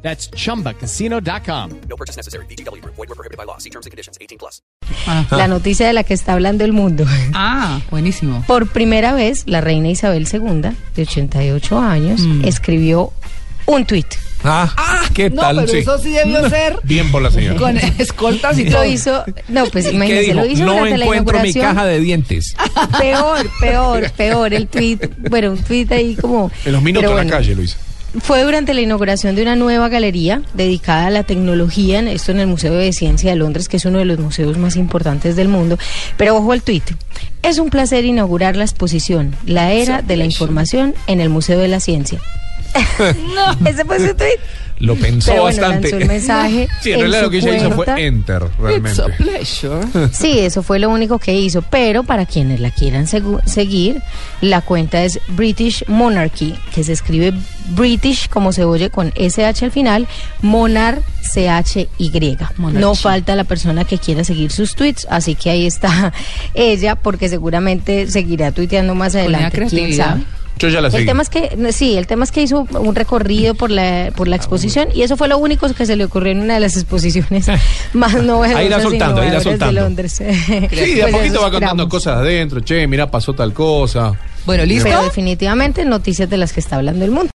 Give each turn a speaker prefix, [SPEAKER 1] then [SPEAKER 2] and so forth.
[SPEAKER 1] That's chumbacasino.com.
[SPEAKER 2] No purchase necessary. BGW. Void were prohibited by law. See terms and conditions. 18 plus.
[SPEAKER 3] La noticia de la que está hablando el mundo.
[SPEAKER 4] Ah, buenísimo.
[SPEAKER 3] Por primera vez, la reina Isabel II, de 88 años, escribió un tuit.
[SPEAKER 5] Ah, ¿qué
[SPEAKER 4] No,
[SPEAKER 5] tal?
[SPEAKER 4] pero
[SPEAKER 5] Sí.
[SPEAKER 4] eso sí debió ser
[SPEAKER 5] Bien por la señora.
[SPEAKER 4] con escoltas y todo.
[SPEAKER 3] Lo hizo, no, pues
[SPEAKER 5] ¿Y
[SPEAKER 3] imagínese, lo hizo
[SPEAKER 5] no
[SPEAKER 3] durante la
[SPEAKER 5] encuentro mi
[SPEAKER 3] inauguración.
[SPEAKER 5] caja de dientes.
[SPEAKER 3] Peor, peor, peor el tuit. Bueno, un tuit ahí como.
[SPEAKER 6] En los minutos
[SPEAKER 3] pero
[SPEAKER 6] de
[SPEAKER 3] bueno.
[SPEAKER 6] la calle, Luis.
[SPEAKER 3] Fue durante la inauguración de una nueva galería dedicada a la tecnología, en- esto en el Museo de Ciencia de Londres, que es uno de los museos más importantes del mundo. Pero ojo al tuit. Es un placer inaugurar la exposición, la era de la información en el Museo de la Ciencia. no, ese fue su tuit.
[SPEAKER 5] Lo pensó
[SPEAKER 3] Pero bueno,
[SPEAKER 5] bastante.
[SPEAKER 3] lanzó el mensaje.
[SPEAKER 5] Sí, en realidad
[SPEAKER 3] su
[SPEAKER 5] lo que ella hizo
[SPEAKER 3] cuenta.
[SPEAKER 5] fue enter,
[SPEAKER 4] It's
[SPEAKER 5] realmente.
[SPEAKER 4] a pleasure.
[SPEAKER 3] Sí, eso fue lo único que hizo. Pero para quienes la quieran segu- seguir, la cuenta es British Monarchy, que se escribe British como se oye con SH al final, Monar CHY.
[SPEAKER 4] Monarchy.
[SPEAKER 3] No falta la persona que quiera seguir sus tweets, así que ahí está ella, porque seguramente seguirá tuiteando más adelante. ¿Quién
[SPEAKER 4] creatividad.
[SPEAKER 3] sabe?
[SPEAKER 5] Yo ya la
[SPEAKER 3] El
[SPEAKER 5] seguí.
[SPEAKER 3] tema es que no, sí, el tema es que hizo un recorrido por la por la exposición y eso fue lo único que se le ocurrió en una de las exposiciones más novedosas
[SPEAKER 5] Ahí la
[SPEAKER 3] e
[SPEAKER 5] soltando, ahí la
[SPEAKER 3] innovadoras de
[SPEAKER 5] soltando.
[SPEAKER 3] Londres.
[SPEAKER 5] Sí,
[SPEAKER 3] pues,
[SPEAKER 5] de a poquito va contando cosas adentro. Che, mirá, pasó tal cosa.
[SPEAKER 4] Bueno, listo.
[SPEAKER 3] Pero definitivamente noticias de las que está hablando el mundo.